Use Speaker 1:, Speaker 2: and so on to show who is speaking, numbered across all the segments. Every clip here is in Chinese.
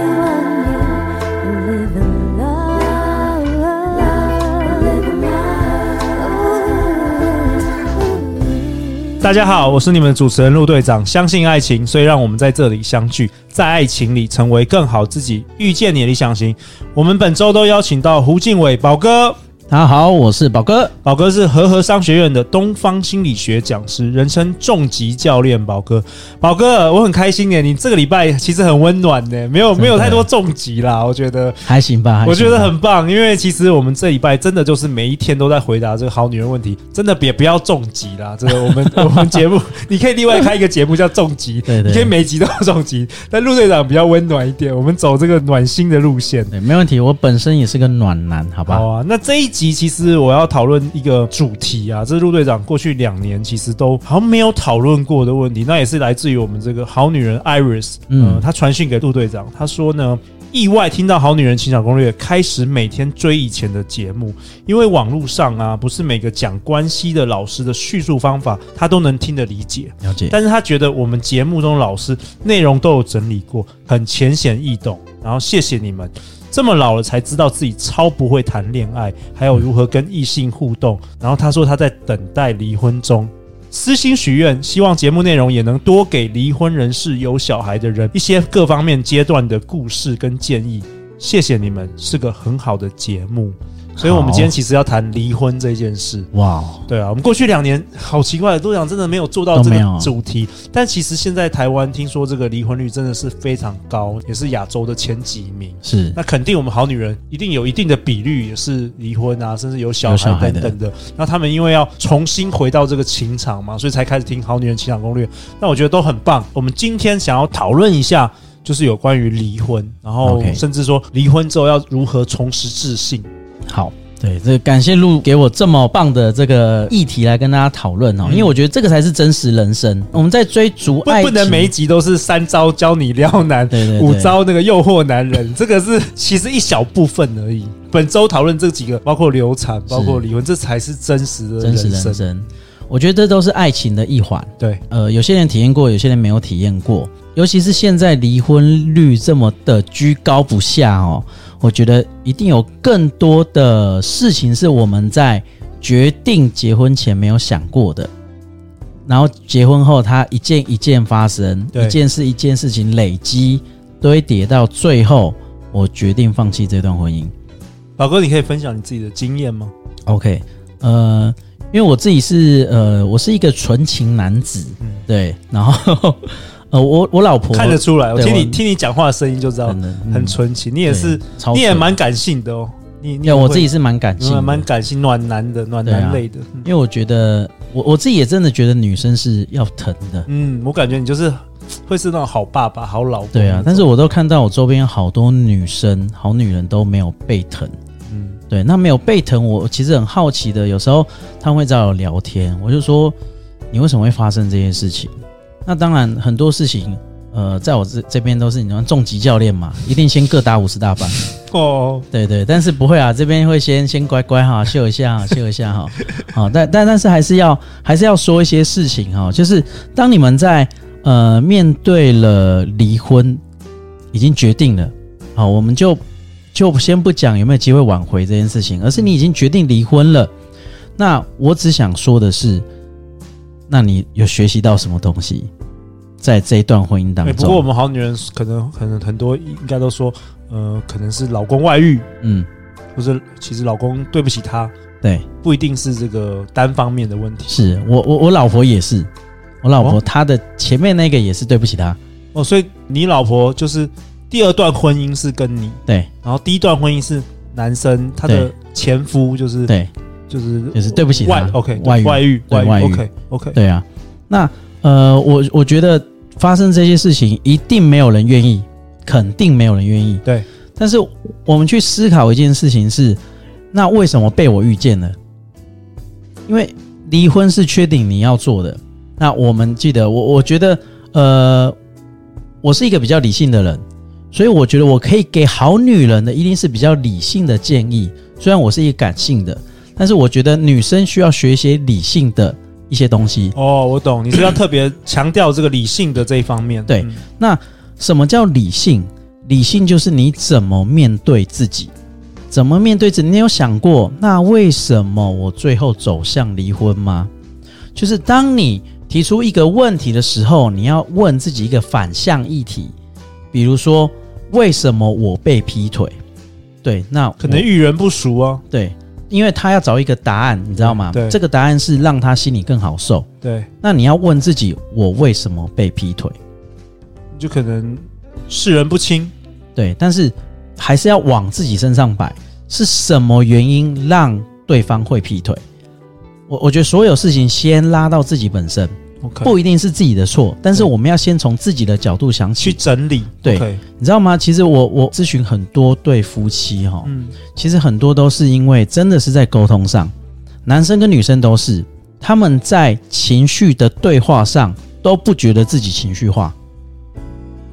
Speaker 1: only one you live in love, live in love.
Speaker 2: 大家好，我是你们的主持人陆队长。相信爱情，所以让我们在这里相聚，在爱情里成为更好自己，遇见你的理想型。我们本周都邀请到胡敬伟宝哥，
Speaker 3: 大家好，我是宝哥。
Speaker 2: 宝哥是和和商学院的东方心理学讲师，人称重疾教练。宝哥，宝哥，我很开心耶！你这个礼拜其实很温暖呢，没有没有太多重疾啦，我觉得。
Speaker 3: 还行吧，还行吧
Speaker 2: 我觉得很棒，因为其实我们这礼拜真的就是每一天都在回答这个好女人问题，真的别不要重疾啦。这个我 们我们节目，你可以另外开一个节目叫重疾，
Speaker 3: 对对
Speaker 2: 你可以每集都要重疾。但陆队长比较温暖一点，我们走这个暖心的路线。
Speaker 3: 对，没问题。我本身也是个暖男，好吧？
Speaker 2: 好啊，那这一集其实我要讨论一个主题啊，这是陆队长过去两年其实都好像没有讨论过的问题，那也是来自于我们这个好女人 Iris，嗯、
Speaker 3: 嗯
Speaker 2: 她传讯给陆队长，她说呢。意外听到《好女人情场攻略》，开始每天追以前的节目，因为网络上啊，不是每个讲关系的老师的叙述方法，她都能听得理解。
Speaker 3: 了解。
Speaker 2: 但是他觉得我们节目中老师内容都有整理过，很浅显易懂。然后谢谢你们，这么老了才知道自己超不会谈恋爱，还有如何跟异性互动。然后他说他在等待离婚中。私心许愿，希望节目内容也能多给离婚人士、有小孩的人一些各方面阶段的故事跟建议。谢谢你们，是个很好的节目。所以，我们今天其实要谈离婚这件事。
Speaker 3: 哇，
Speaker 2: 对啊，我们过去两年好奇怪，陆长真的没有做到这
Speaker 3: 都没
Speaker 2: 个
Speaker 3: 有
Speaker 2: 主题。但其实现在台湾听说这个离婚率真的是非常高，也是亚洲的前几名。
Speaker 3: 是
Speaker 2: 那肯定我们好女人一定有一定的比率也是离婚啊，甚至有小
Speaker 3: 有小
Speaker 2: 孩
Speaker 3: 孩
Speaker 2: 等
Speaker 3: 的
Speaker 2: 等的。那他们因为要重新回到这个情场嘛，所以才开始听《好女人情场攻略》。那我觉得都很棒。我们今天想要讨论一下。就是有关于离婚，然后
Speaker 3: OK
Speaker 2: 甚至说离婚之后要如何重拾自信。
Speaker 3: 好。对，这个感谢路给我这么棒的这个议题来跟大家讨论哦，因为我觉得这个才是真实人生。我们在追逐
Speaker 2: 嗯不
Speaker 3: 爱情，
Speaker 2: 不能每一集都是三招教你撩男，
Speaker 3: 对对对
Speaker 2: 五招那个诱惑男人， 这个是其实一小部分而已。本周讨论这几个，包括流产，包括离婚，这才是真实的
Speaker 3: 真
Speaker 2: 人
Speaker 3: 实
Speaker 2: 生。
Speaker 3: 人生，我觉得这都是爱情的一环。
Speaker 2: 对，
Speaker 3: 呃，有些人体验过，有些人没有体验过。尤其是现在离婚率这么的居高不下哦，我觉得一定有更多的事情是我们在决定结婚前没有想过的。然后结婚后，它一件一件发生，
Speaker 2: 对
Speaker 3: 一件事一件事情累积堆叠到最后，我决定放弃这段婚姻。
Speaker 2: 宝哥，你可以分享你自己的经验吗？
Speaker 3: OK，呃，因为我自己是呃，我是一个纯情男子，
Speaker 2: 嗯
Speaker 3: 对，然后 呃，我我老婆
Speaker 2: 看得出来，我
Speaker 3: 对
Speaker 2: 听你
Speaker 3: 我
Speaker 2: 听你讲话的声音就知道
Speaker 3: 真的嗯
Speaker 2: 很纯情。你也
Speaker 3: 对
Speaker 2: 是，
Speaker 3: 超
Speaker 2: 你也
Speaker 3: 纯
Speaker 2: 蛮感性的哦。你你
Speaker 3: 对，我
Speaker 2: 会
Speaker 3: 自己是蛮感性的，
Speaker 2: 蛮蛮感性，暖男的，暖
Speaker 3: 对
Speaker 2: 男
Speaker 3: 啊
Speaker 2: 类的。嗯
Speaker 3: 因为我觉得我我自己也真的觉得女生是要疼的，
Speaker 2: 嗯，我感觉你就是会是那种好爸爸、好老公
Speaker 3: 对
Speaker 2: 那
Speaker 3: 啊
Speaker 2: 种，
Speaker 3: 但是我都看到我周边好多女生、好女人都没有被疼。
Speaker 2: 嗯
Speaker 3: 对，那没有被疼，我其实很好奇的。有时候他们会找我聊天，我就说你为什么会发生这些事情？那当然很多事情，呃，在我这这边都是你们重疾教练嘛，一定先各打五十大板。
Speaker 2: 哦，
Speaker 3: 对对，但是不会啊，这边会先先乖乖哈， 秀一下哈，秀一下哈，好，但但但是还是要还是要说一些事情哈，就是当你们在呃面对了离婚已经决定了，好，我们就就先不讲有没有机会挽回这件事情，而是你已经决定离婚了，那我只想说的是，那你有学习到什么东西在这一段婚姻当
Speaker 2: 欸
Speaker 3: 中？
Speaker 2: 不过我们好女人可能可能很多应该都说，呃，可能是老公外遇，
Speaker 3: 嗯，
Speaker 2: 或者其实老公对不起她，
Speaker 3: 对。
Speaker 2: 不一定是这个单方面的问题
Speaker 3: 是我我我老婆也是，我老
Speaker 2: 哦
Speaker 3: 婆她的前面那个也是对不起她，
Speaker 2: 哦。所以你老婆就是第二段婚姻是跟你，
Speaker 3: 对
Speaker 2: 然后第一段婚姻是男生他的前夫，就是
Speaker 3: 对
Speaker 2: 就是
Speaker 3: 就是对不起
Speaker 2: 外
Speaker 3: 她
Speaker 2: OK 对
Speaker 3: 外遇
Speaker 2: 外遇
Speaker 3: 对外遇
Speaker 2: OK OK
Speaker 3: 对啊。那呃，我我觉得发生这些事情一定没有人愿意，肯定没有人愿意。
Speaker 2: 对，
Speaker 3: 但是我们去思考一件事情是，那为什么被我遇见了？因为离婚是确定你要做的。那我们记得，我我觉得，呃，我是一个比较理性的人，所以我觉得我可以给好女人的一定是比较理性的建议，虽然我是一个感性的，但是我觉得女生需要学一些理性的一些东西。
Speaker 2: 哦，我懂，你是要特别强调这个理性的这一方面。
Speaker 3: 对
Speaker 2: 嗯
Speaker 3: 那什么叫理性？理性就是你怎么面对自己，怎么面对自己。你有想过，那为什么我最后走向离婚吗？就是当你提出一个问题的时候，你要问自己一个反向议题，比如说为什么我被劈腿？对，那我
Speaker 2: 可能遇人不淑啊。
Speaker 3: 对，因为他要找一个答案，你知道吗
Speaker 2: 对？
Speaker 3: 这个答案是让他心里更好受。
Speaker 2: 对，
Speaker 3: 那你要问自己，我为什么被劈腿？
Speaker 2: 就可能世人不清。
Speaker 3: 对，但是还是要往自己身上摆，是什么原因让对方会劈腿？我我觉得所有事情先拉到自己本身，
Speaker 2: OK，
Speaker 3: 不一定是自己的错，但是
Speaker 2: 对
Speaker 3: 我们要先从自己的角度想
Speaker 2: 去
Speaker 3: 起。
Speaker 2: 整理。
Speaker 3: 对
Speaker 2: OK，
Speaker 3: 你知道吗？其实我我咨询很多对夫妻哈、
Speaker 2: 嗯，
Speaker 3: 其实很多都是因为真的是在沟通上，男生跟女生都是，他们在情绪的对话上都不觉得自己情绪化，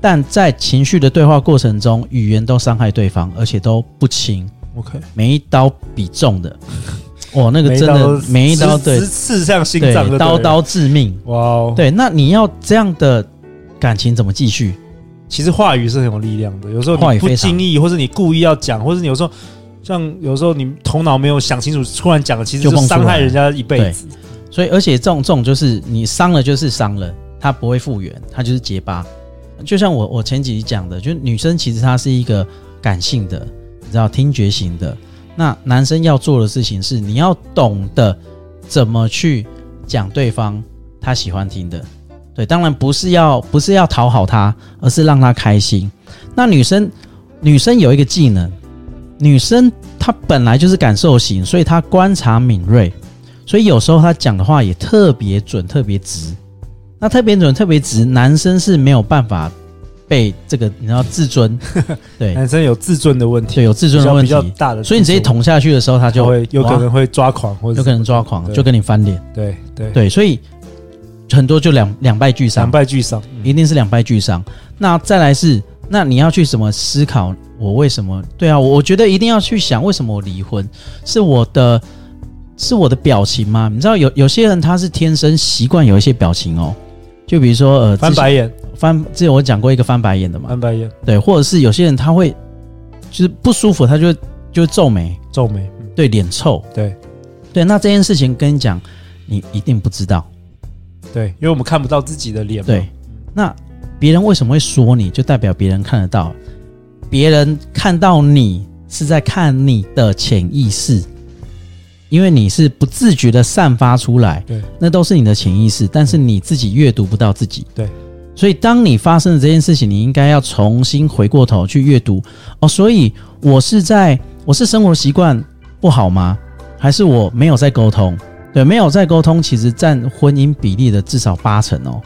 Speaker 3: 但在情绪的对话过程中，语言都伤害对方，而且都不轻，
Speaker 2: OK，
Speaker 3: 每一刀比中的，哦，那个真的每
Speaker 2: 每
Speaker 3: 一
Speaker 2: 一刀
Speaker 3: 刀
Speaker 2: 直
Speaker 3: 对
Speaker 2: 直刺向心
Speaker 3: 对
Speaker 2: 脏就对了，
Speaker 3: 刀刀致命，
Speaker 2: 哇哦，
Speaker 3: 对，那你要这样的感情怎么继续？
Speaker 2: 其实话语是很有力量的。有时候
Speaker 3: 话
Speaker 2: 你
Speaker 3: 语
Speaker 2: 不
Speaker 3: 非常
Speaker 2: 经意，或是你故意要讲，或是你有时候像有时候你头脑没有想清楚，突然讲了，其实
Speaker 3: 就
Speaker 2: 就
Speaker 3: 蹦出
Speaker 2: 伤害
Speaker 3: 来了
Speaker 2: 人家一辈子。
Speaker 3: 所以，而且这种这种就是你伤了就是伤了，它不会复原，它就是结疤。就像我我前几集讲的，就是女生其实她是一个感性的，你知道听觉型的。那男生要做的事情是，你要懂得怎么去讲对方他喜欢听的。对，当然不是要不是要讨好他，而是让他开心。那女生女生有一个技能，女生她本来就是感受型，所以她观察敏锐。所以有时候他讲的话也特别准、特别直。那特别准、特别直，男生是没有办法被这个，你知道自尊，对
Speaker 2: 男生有自尊的问题，
Speaker 3: 对，有自
Speaker 2: 比
Speaker 3: 尊的
Speaker 2: 较
Speaker 3: 问
Speaker 2: 比
Speaker 3: 题
Speaker 2: 较，大的自尊，
Speaker 3: 所以你直接捅下去的时候，他
Speaker 2: 就
Speaker 3: 就
Speaker 2: 会有可
Speaker 3: 哇
Speaker 2: 能会抓狂，或者
Speaker 3: 有可能抓狂，
Speaker 2: 对
Speaker 3: 就跟你翻脸，
Speaker 2: 对对，
Speaker 3: 对，所以很多就两两败俱
Speaker 2: 两
Speaker 3: 伤，
Speaker 2: 败俱伤。
Speaker 3: 一定是两败俱伤。那再来是，那你要去怎么思考？我为什么？对啊，我我觉得一定要去想，为什么我离婚？是我的，是我的表情吗？你知道有有些人他是天生习惯有一些表情哦，就比如说呃，
Speaker 2: 翻白嗯眼，
Speaker 3: 之前翻，之前我讲过一个翻白眼的嘛，
Speaker 2: 翻白眼，
Speaker 3: 对，或者是有些人他会就是不舒服，他就会就会皱眉，
Speaker 2: 皱眉，嗯
Speaker 3: 对，脸臭，
Speaker 2: 对
Speaker 3: 对。那这件事情跟你讲，你一定不知道。
Speaker 2: 对，因为我们看不到自己的脸嘛，
Speaker 3: 对，那别人为什么会说你，就代表别人看得到，别人看到你是在看你的潜意识，因为你是不自觉的散发出来，
Speaker 2: 对，
Speaker 3: 那都是你的潜意识，但是你自己阅读不到自己，
Speaker 2: 对。
Speaker 3: 所以，当你发生了这件事情，你应该要重新回过头去阅读哦。所以，我是在我是生活习惯不好吗？还是我没有在沟通？对，没有在沟通，其实占婚姻比例的至少八成哦，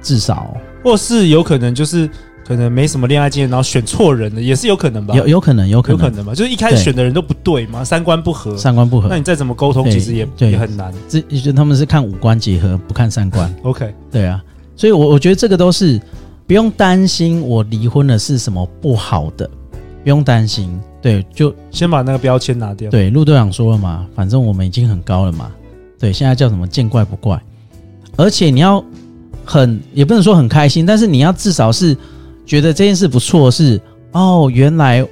Speaker 3: 至少
Speaker 2: 或是有可能就是可能没什么恋爱经验，然后选错人了，也是有可能吧，
Speaker 3: 哦有有可能，有可
Speaker 2: 有可
Speaker 3: 能
Speaker 2: 能吧，就是一开始
Speaker 3: 对
Speaker 2: 选的人都不对嘛，三观不合，
Speaker 3: 三观不
Speaker 2: 那
Speaker 3: 合，
Speaker 2: 你再怎么沟通，
Speaker 3: 对
Speaker 2: 其实也
Speaker 3: 对
Speaker 2: 也很难。
Speaker 3: 这就他们是看五官结合，不看三观。
Speaker 2: OK，
Speaker 3: 对啊，所以我我觉得这个都是不用担心，我离婚了是什么不好的，不用担心。对，就
Speaker 2: 先把那个标签拿掉。
Speaker 3: 对，陆队长说了嘛，反正我们已经很高了嘛。对，现在叫什么见怪不怪，而且你要很也不能说很开心，但是你要至少是觉得这件事不错，是哦，原来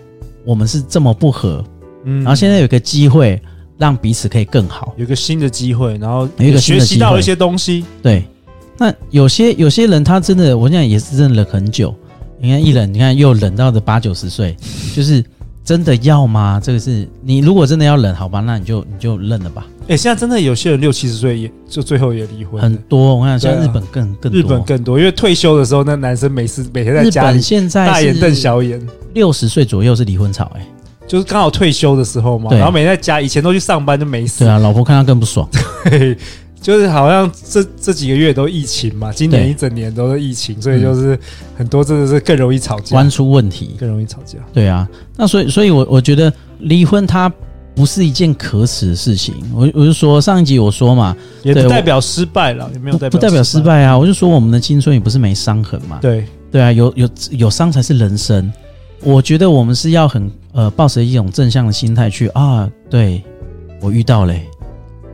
Speaker 3: 我们是这么不合，
Speaker 2: 嗯
Speaker 3: 然后现在有一个机会让彼此可以更好。
Speaker 2: 有一个新的机会，然后
Speaker 3: 有一个新
Speaker 2: 学
Speaker 3: 的
Speaker 2: 习到
Speaker 3: 机会
Speaker 2: 一些东西，
Speaker 3: 对，那有些有些人他真的，我想也是真的忍很久。你看一忍，你看又忍到了八九十岁，就是真的要吗？这个是你如果真的要忍，好吧，那你就你就认了吧。
Speaker 2: 哎、现在真的有些人六七十岁也就最后也离婚
Speaker 3: 很
Speaker 2: 了，
Speaker 3: 多，我看
Speaker 2: 对
Speaker 3: 现
Speaker 2: 啊
Speaker 3: 在日本更、更多，
Speaker 2: 日本更多，因为退休的时候，那男生每次每天在
Speaker 3: 日
Speaker 2: 家里
Speaker 3: 本现在
Speaker 2: 大眼瞪小眼，
Speaker 3: 六十岁左右是离婚潮、哎，
Speaker 2: 就是刚好退休的时候嘛，
Speaker 3: 对
Speaker 2: 然后每天在家，以前都去上班就没事，
Speaker 3: 对啊，老婆看他更 不爽，
Speaker 2: 嘿就是好像这这几个月都疫情嘛，今年
Speaker 3: 对嗯
Speaker 2: 一整年都是疫情，所以就是很多真的是更容易吵架，
Speaker 3: 关出问题，
Speaker 2: 更容易吵架。
Speaker 3: 对啊，那所以所以我，我觉得离婚它不是一件可耻的事情，我我就说上一集我说嘛，
Speaker 2: 也不
Speaker 3: 对
Speaker 2: 代表失败了，也没有
Speaker 3: 不
Speaker 2: 代表
Speaker 3: 不代表失啊
Speaker 2: 败。
Speaker 3: 败啊，我就说我们的青春也不是没伤痕嘛，
Speaker 2: 对，
Speaker 3: 对啊，有有有伤才是人生。我觉得我们是要很呃，抱着一种正向的心态去啊，对我遇到嘞、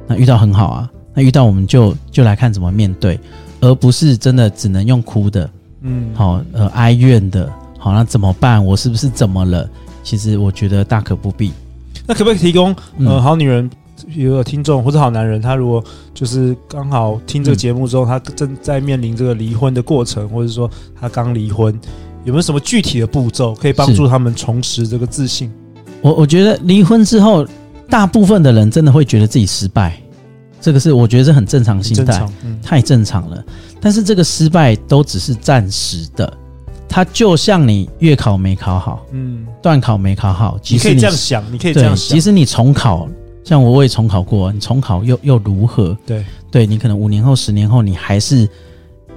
Speaker 3: 那遇到很好啊，那遇到我们就就来看怎么面对，而不是真的只能用哭的，
Speaker 2: 嗯，
Speaker 3: 好呃哀怨的，好那怎么办？我是不是怎么了？其实我觉得大可不必。
Speaker 2: 那可不可以提供呃
Speaker 3: 嗯
Speaker 2: 好女人？有听众或者好男人，他如果就是刚好听这
Speaker 3: 嗯
Speaker 2: 个节目之后，他正在面临这个离婚的过程，或者说他刚离婚，有没有什么具体的步骤可以帮
Speaker 3: 是
Speaker 2: 助他们重拾这个自信？
Speaker 3: 我我觉得离婚之后，大部分的人真的会觉得自己失败，这个是我觉得是很正常心
Speaker 2: 正
Speaker 3: 态。
Speaker 2: 常，嗯，
Speaker 3: 太正常了。但是这个失败都只是暂时的，它就像你月考没考好，
Speaker 2: 嗯，
Speaker 3: 段考没考好，即
Speaker 2: 你可
Speaker 3: 使
Speaker 2: 以
Speaker 3: 你
Speaker 2: 这样想，你可以这
Speaker 3: 对，
Speaker 2: 样想
Speaker 3: 即，使你重考，像我我也重考过，你重考又又如何？
Speaker 2: 对。
Speaker 3: 对你可能五年后、十年后，你还是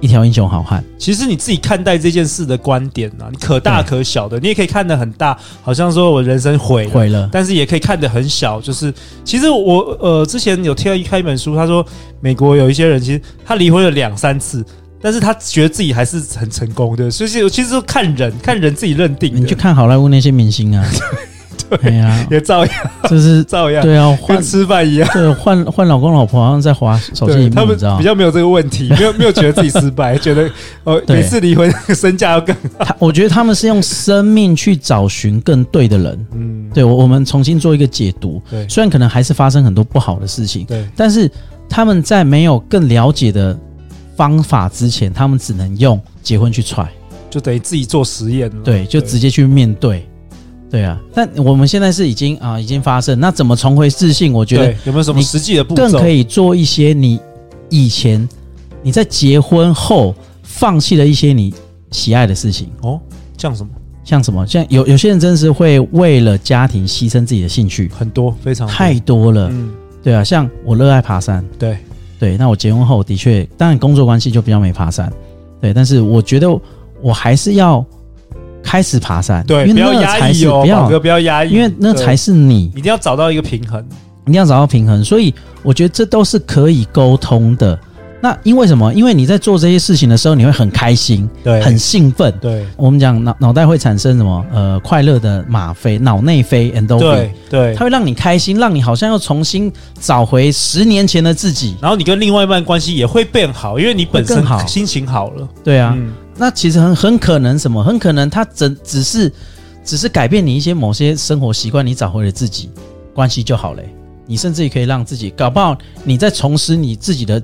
Speaker 3: 一条英雄好汉。
Speaker 2: 其实你自己看待这件事的观点啊，你可大可小的，你也可以看得很大，好像说我人生毁了，
Speaker 3: 毁了，
Speaker 2: 但是也可以看得很小。就是其实我呃之前有听到一开一本书，他说美国有一些人其实他离婚了两三次，但是他觉得自己还是很成功的。所以其实其实就看人，看人自己认定
Speaker 3: 你去
Speaker 2: 的，
Speaker 3: 看好莱坞那些明 星啊，对呀、
Speaker 2: 也照样
Speaker 3: 就是
Speaker 2: 照样
Speaker 3: 对啊，换
Speaker 2: 跟吃饭一样。
Speaker 3: 对换换老公老婆好像在滑手机
Speaker 2: 对
Speaker 3: 荧
Speaker 2: 他
Speaker 3: 幕，
Speaker 2: 们
Speaker 3: 你知道吗
Speaker 2: 比？较没有这个问题，没有没有觉得自己失败，觉得呃
Speaker 3: 对
Speaker 2: 每次离婚身价要更
Speaker 3: 他我觉得他们是用生命去找寻更对的人。
Speaker 2: 嗯
Speaker 3: 对我，我们重新做一个解读。
Speaker 2: 对
Speaker 3: 虽然可能还是发生很多不好的事情，
Speaker 2: 对
Speaker 3: 但是他们在没有更了解的方法之前，他们只能用结婚去踹，
Speaker 2: 就等于自己做实验了，
Speaker 3: 对，就直接去面对。对啊，但我们现在是已经啊、已经发生，那怎么重回自信？我觉
Speaker 2: 对
Speaker 3: 得
Speaker 2: 有没有什么
Speaker 3: 你
Speaker 2: 实际的步骤？
Speaker 3: 更可以做一些你以前你在结婚后放弃了一些你喜爱的事情，
Speaker 2: 哦，像什么
Speaker 3: 像什么？像有有些人真是会为了家庭牺牲自己的兴趣，
Speaker 2: 很多非常多
Speaker 3: 太多了。
Speaker 2: 嗯
Speaker 3: 对啊，像我热爱爬山，
Speaker 2: 对
Speaker 3: 对，那我结婚后的确，当然工作关系就比较没爬山，对，但是我觉得我还是要开始爬山，
Speaker 2: 对，
Speaker 3: 因
Speaker 2: 不
Speaker 3: 为
Speaker 2: 要
Speaker 3: 那
Speaker 2: 压
Speaker 3: 才
Speaker 2: 抑
Speaker 3: 是
Speaker 2: 哦，
Speaker 3: 不
Speaker 2: 宝哥
Speaker 3: 要，
Speaker 2: 不要压抑，
Speaker 3: 因为那
Speaker 2: 对
Speaker 3: 才是你，
Speaker 2: 一定要找到一个平衡。
Speaker 3: 一定要找到平衡，所以我觉得这都是可以沟通的。那因为什么？因为你在做这些事情的时候，你会很开心，
Speaker 2: 对
Speaker 3: 很兴奋。
Speaker 2: 对
Speaker 3: 我们讲脑脑袋会产生什么？呃，快乐的吗啡，脑内啡 （endorphin），
Speaker 2: 对对
Speaker 3: 它，会让你开心，让你好像又重新找回十年前的自己。
Speaker 2: 然后你跟另外一半关系也会变好，因为你本
Speaker 3: 会
Speaker 2: 身
Speaker 3: 更好
Speaker 2: 心情好了。
Speaker 3: 对啊，
Speaker 2: 嗯，
Speaker 3: 那其实很很可能什么？很可能他只只是只是改变你一些某些生活习惯，你找回了自己，关系就好嘞、你甚至也可以让自己，搞不好你在重拾你自己的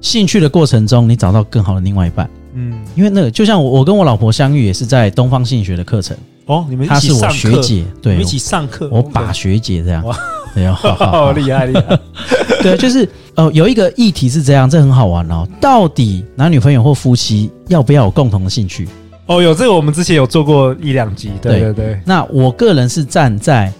Speaker 3: 兴趣的过程中，你找到更好的另外一半。
Speaker 2: 嗯，
Speaker 3: 因为那个，就像我我跟我老婆相遇也是在东方性学的课程，
Speaker 2: 哦，你们一
Speaker 3: 她
Speaker 2: 起
Speaker 3: 是我
Speaker 2: 上
Speaker 3: 学
Speaker 2: 课，
Speaker 3: 姐，
Speaker 2: 你
Speaker 3: 对
Speaker 2: 们一，起上课，
Speaker 3: 我把学姐这样
Speaker 2: 哇，
Speaker 3: 对啊，
Speaker 2: 哦好厉害厉害，
Speaker 3: 对，就是呃，有一个议题是这样，这很好玩哦。到底男女朋友或夫妻要不要有共同的兴趣？
Speaker 2: 哦，有这个我们之前有做过一两集，对对
Speaker 3: 对
Speaker 2: 对。
Speaker 3: 那我个人是站在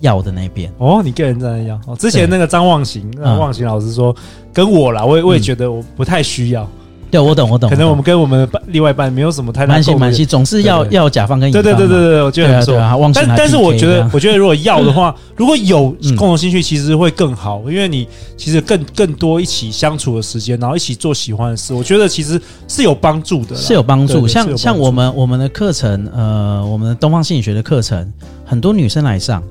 Speaker 3: 要的那边，
Speaker 2: 哦，你个人这样哦。之前
Speaker 3: 对
Speaker 2: 那个张望行，那
Speaker 3: 嗯
Speaker 2: 望行老师说跟我啦，我也我也
Speaker 3: 嗯
Speaker 2: 觉得我不太需要，
Speaker 3: 对我懂，我懂，
Speaker 2: 可能我
Speaker 3: 懂
Speaker 2: 们跟我们的伴另外一半没有什么太大
Speaker 3: 蛮
Speaker 2: 共
Speaker 3: 系
Speaker 2: 鸣。
Speaker 3: 蛮系，总是要
Speaker 2: 对对
Speaker 3: 要甲方跟乙
Speaker 2: 对对
Speaker 3: 方嘛，
Speaker 2: 对对对，我觉
Speaker 3: 对
Speaker 2: 得很
Speaker 3: 啊
Speaker 2: 不错
Speaker 3: 对。啊，忘
Speaker 2: 但但是我觉得，我觉得如果要的话，如果有
Speaker 3: 嗯
Speaker 2: 共同兴趣，其实会更好，因为你其实更更多一起相处的时间，然后一起做喜欢的事，我觉得其实是有帮助的啦。
Speaker 3: 是有帮
Speaker 2: 对对是
Speaker 3: 助，
Speaker 2: 有
Speaker 3: 像
Speaker 2: 帮
Speaker 3: 像
Speaker 2: 助
Speaker 3: 我们我们的课程，呃，我们的东方心理学的课程，很多女生来上，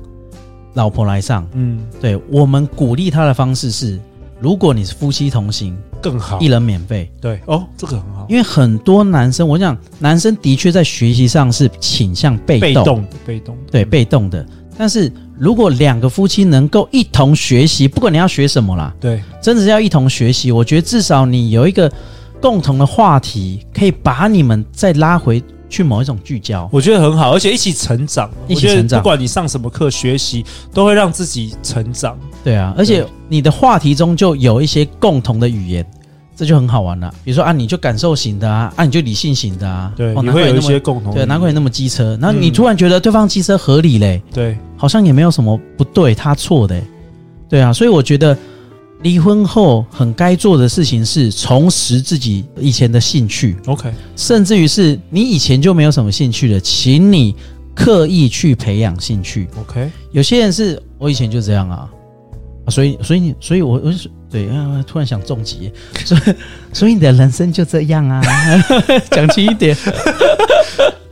Speaker 3: 老婆来上，
Speaker 2: 嗯
Speaker 3: 对我们鼓励她的方式是，如果你是夫妻同行，
Speaker 2: 更好
Speaker 3: 一。人免费，
Speaker 2: 对哦，这个很好，
Speaker 3: 因为很多男生，我想男生的确在学习上是倾向
Speaker 2: 被动的被动的
Speaker 3: 对，被动的。但是如果两个夫妻能够一同学习，不管你要学什么啦，
Speaker 2: 对
Speaker 3: 真的是要一同学习。我觉得至少你有一个共同的话题，可以把你们再拉回去某一种聚焦。
Speaker 2: 我觉得很好，而且一起成长。
Speaker 3: 一
Speaker 2: 我
Speaker 3: 起
Speaker 2: 觉
Speaker 3: 成
Speaker 2: 得
Speaker 3: 长
Speaker 2: 不管你上什么课学习，都会让自己成长。
Speaker 3: 对啊，而且你的话题中就有一些共同的语言，这就很好玩了。比如说啊，你就感受型的啊，啊你就理性型的啊，
Speaker 2: 对，
Speaker 3: 哦，
Speaker 2: 你
Speaker 3: 难
Speaker 2: 会
Speaker 3: 怪
Speaker 2: 有
Speaker 3: 你
Speaker 2: 一
Speaker 3: 那么
Speaker 2: 些共同。
Speaker 3: 对，难怪你那么机车。然后你
Speaker 2: 嗯
Speaker 3: 突然觉得对方机车合理嘞，
Speaker 2: 对
Speaker 3: 好像也没有什么不对，他错的欸，对啊，所以我觉得离婚后很该做的事情是重拾自己以前的兴趣，
Speaker 2: ，OK，
Speaker 3: 甚至于是你以前就没有什么兴趣的，请你刻意去培养兴趣。
Speaker 2: OK，
Speaker 3: 有些人是我以前就这样啊，啊所以所以你所以我我是对啊，突然想重疾，所以所以你的人生就这 样啊，讲轻一点。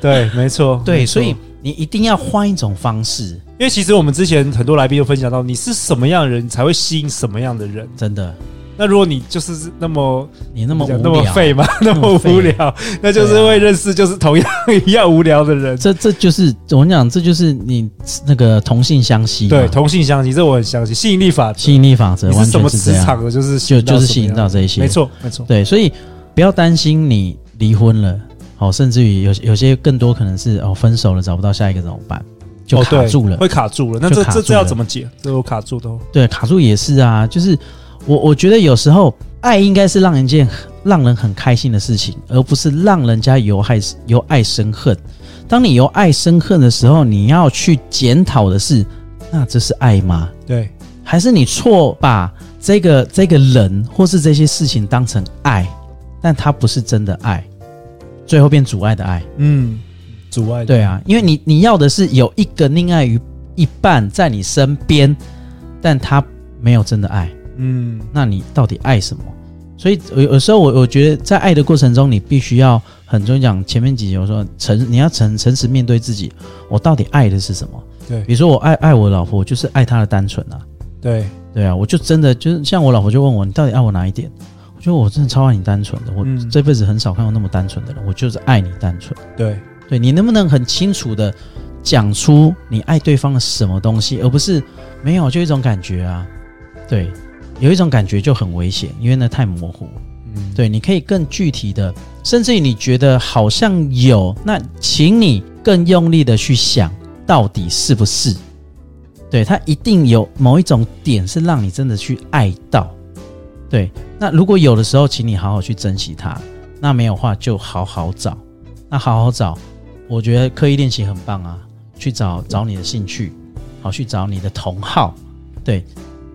Speaker 2: 对，没错，
Speaker 3: 对，
Speaker 2: 没错
Speaker 3: 所以你一定要换一种方式，
Speaker 2: 因为其实我们之前很多来宾都分享到，你是什么样的人，你才会吸引什么样的人。
Speaker 3: 真的。
Speaker 2: 那如果你就是那么
Speaker 3: 你那么
Speaker 2: 讲
Speaker 3: 无
Speaker 2: 那么
Speaker 3: 聊，
Speaker 2: 废嘛，那么
Speaker 3: 么
Speaker 2: 无
Speaker 3: 废
Speaker 2: 聊，那就是会认识就是同样一样无聊的人。
Speaker 3: 这这就是我跟你讲，这就是你那个同性相吸嘛，
Speaker 2: 对，同性相吸，这我很相信，吸引力法则
Speaker 3: 吸。引力法则
Speaker 2: 你
Speaker 3: 完
Speaker 2: 是什
Speaker 3: 全
Speaker 2: 么
Speaker 3: 是这
Speaker 2: 磁
Speaker 3: 样，
Speaker 2: 场的，就是
Speaker 3: 就
Speaker 2: 引到什
Speaker 3: 就是
Speaker 2: 么
Speaker 3: 吸引
Speaker 2: 样
Speaker 3: 到
Speaker 2: 的
Speaker 3: 这一些，
Speaker 2: 没错，没错。
Speaker 3: 对，所以不要担心你离婚了，好、甚至于有有些更多可能是哦分手了找不到下一个怎么办，就
Speaker 2: 哦
Speaker 3: 卡
Speaker 2: 对
Speaker 3: 住了。
Speaker 2: 会卡住了。那
Speaker 3: 就
Speaker 2: 这
Speaker 3: 卡
Speaker 2: 这
Speaker 3: 住
Speaker 2: 这要
Speaker 3: 了
Speaker 2: 怎么解？这我卡住的哦。
Speaker 3: 对，卡住也是啊，就是我我觉得有时候爱应该是让人件让人很开心的事情，而不是让人家由爱由爱生恨。当你由爱生恨的时候，你要去检讨的是，那这是爱吗？
Speaker 2: 对，
Speaker 3: 还是你错把这个这个人或是这些事情当成爱，但它不是真的爱，最后变阻碍的爱。
Speaker 2: 嗯，阻碍。
Speaker 3: 对，啊，因为你你要的是有一个另外一一半在你身边，但他没有真的爱，
Speaker 2: 嗯，
Speaker 3: 那你到底爱什么？所以有有时候我我觉得在爱的过程中，你必须要很重要讲前面几集我说诚，你要诚诚实面对自己，我到底爱的是什么？
Speaker 2: 对
Speaker 3: 比如说我爱爱我老婆，我就是爱她的单纯啊，
Speaker 2: 对，
Speaker 3: 对啊，我就真的就是像我老婆就问我，你到底爱我哪一点？我觉得我真的超爱你单纯的，我
Speaker 2: 嗯
Speaker 3: 这辈子很少看过那么单纯的人，我就是爱你单纯。
Speaker 2: 对，
Speaker 3: 对你能不能很清楚的讲出你爱对方的什么东西，而不是没有就一种感觉啊？对，有一种感觉就很危险，因为那太模糊。
Speaker 2: 嗯，
Speaker 3: 对，你可以更具体的，甚至于你觉得好像有，那请你更用力的去想，到底是不是？对，它一定有某一种点是让你真的去爱到。对，那如果有的时候，请你好好去珍惜它；那没有的话，就好好找。那好好找，我觉得刻意练习很棒啊，去
Speaker 2: 嗯
Speaker 3: 找找你的兴趣，好去找你的同好。对，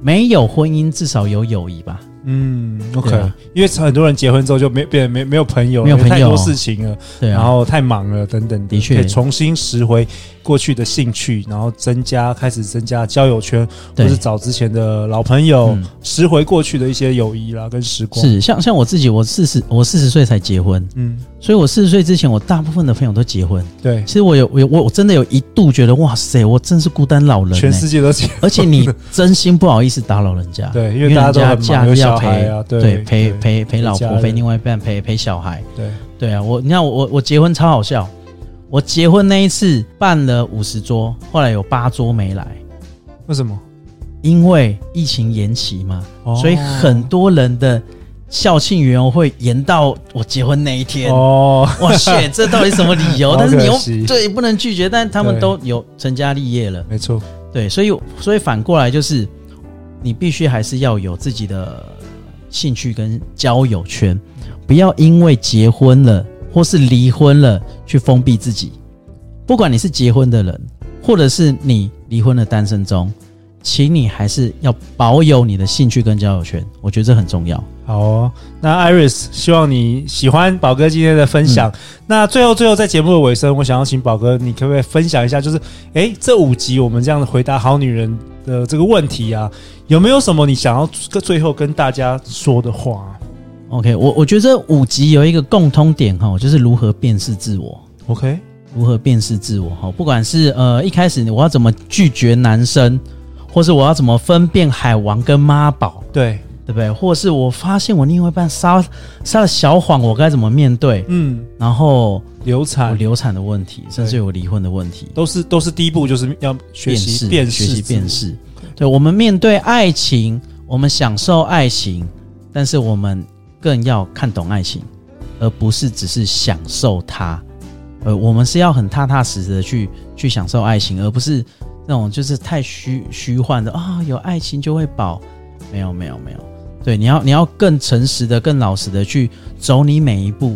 Speaker 3: 没有婚姻，至少有友谊吧。
Speaker 2: 嗯，OK
Speaker 3: 对啊。
Speaker 2: 因为很多人结婚之后就没变得没没有朋友了，
Speaker 3: 没有
Speaker 2: 因为
Speaker 3: 朋
Speaker 2: 太
Speaker 3: 友
Speaker 2: 多事情了，
Speaker 3: 对啊，
Speaker 2: 然后太忙了等等
Speaker 3: 的确
Speaker 2: 可以重新拾回过去的兴趣，然后增加开始增加交友圈，或
Speaker 3: 对
Speaker 2: 是找之前的老朋友，
Speaker 3: 嗯
Speaker 2: 拾回过去的一些友谊啦跟时光。，
Speaker 3: 是像像我自己，我四十我四十岁才结婚，
Speaker 2: 嗯，
Speaker 3: 所以我四十岁之前，我大部分的朋友都结婚。
Speaker 2: 对
Speaker 3: 其，实我有我有我我真的有一度觉得，哇塞，我真是孤单老人、欸。
Speaker 2: 全世界都这样
Speaker 3: 而 且你真心不好意思打扰人家，
Speaker 2: 对因为
Speaker 3: 为
Speaker 2: 大家
Speaker 3: 人
Speaker 2: 都
Speaker 3: 家
Speaker 2: 很忙
Speaker 3: 假
Speaker 2: 有
Speaker 3: 日
Speaker 2: 小
Speaker 3: 要
Speaker 2: 孩
Speaker 3: 陪
Speaker 2: 啊对
Speaker 3: 对陪
Speaker 2: 对
Speaker 3: 陪陪老
Speaker 2: 家
Speaker 3: 婆
Speaker 2: 人
Speaker 3: 陪另外一半陪陪小孩，
Speaker 2: 对，
Speaker 3: 对啊，我你看我我我结婚超好笑，我结婚那一次办了五十桌，后来有八桌没来，
Speaker 2: 为什么？
Speaker 3: 因为疫情延期嘛，
Speaker 2: 哦
Speaker 3: 所以很多人的校庆园游会延到我结婚那一天。
Speaker 2: 哦，
Speaker 3: 哇塞，这到底什么理由？
Speaker 2: 好
Speaker 3: 但是你
Speaker 2: 可
Speaker 3: 又
Speaker 2: 惜
Speaker 3: 对不能拒绝，但是他们
Speaker 2: 对
Speaker 3: 都有成家立业了，
Speaker 2: 没错，
Speaker 3: 对，所以所以反过来就是，你必须还是要有自己的兴趣跟交友圈，不要因为结婚了或是离婚了去封闭自己。不管你是结婚的人，或者是你离婚的单身中，请你还是要保有你的兴趣跟交友圈，我觉得这很重要。
Speaker 2: 好哦，那 Iris，希望你喜欢宝哥今天的分享。
Speaker 3: 嗯
Speaker 2: 那最后最后在节目的尾声，我想要请宝哥，你可不可以分享一下，就是诶，这五集我们这样回答好女人的这个问题啊，有没有什么你想要最最后跟大家说的话
Speaker 3: OK，我我觉得这五集有一个共通点哈，就是如何辨识自我。
Speaker 2: ？OK，
Speaker 3: 如何辨识自我哈，不管是呃一开始我要怎么拒绝男生，或是我要怎么分辨海王跟妈宝，
Speaker 2: 对，
Speaker 3: 对不对？或是我发现我另外一半撒撒了小谎，我该怎么面对？
Speaker 2: 嗯，
Speaker 3: 然后
Speaker 2: 流
Speaker 3: 我
Speaker 2: 产
Speaker 3: 流产的问题，甚至有离婚的问题，
Speaker 2: 都是都是第一步，就是要学习
Speaker 3: 辨
Speaker 2: 辨
Speaker 3: 识
Speaker 2: 识
Speaker 3: 学习
Speaker 2: 自我
Speaker 3: 辨。识。对我们面对爱情，我们享受爱情，但是我们更要看懂爱情，而不是只是享受它。呃，我们是要很踏踏实实的去去享受爱情，而不是那种就是太虚虚幻的啊、有爱情就会饱。没有没有没有，对，你要你要更诚实的、更老实的去走你每一步，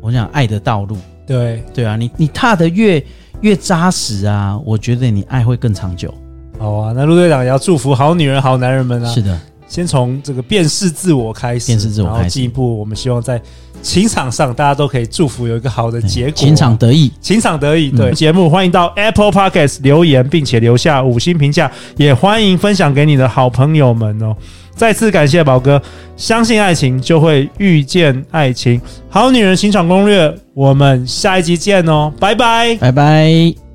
Speaker 3: 我想爱的道路。
Speaker 2: 对，
Speaker 3: 对啊，你你踏的越越扎实啊，我觉得你爱会更长久。
Speaker 2: 好啊，那陆队长也要祝福好女人、好男人们啊，
Speaker 3: 是的，
Speaker 2: 先从这个辨识自我开始，
Speaker 3: 辨识自我开始
Speaker 2: 然后进一步，我们希望在情场上大家都可以祝福有一个好的结果，
Speaker 3: 情场嗯得意，
Speaker 2: 情场得意。对、节目，欢迎到 Apple Podcast 留言，并且留下五星评价，也欢迎分享给你的好朋友们哦。再次感谢宝哥，相信爱情就会遇见爱情，《好女人情场攻略》，我们下一集见哦，拜拜。
Speaker 3: 拜拜。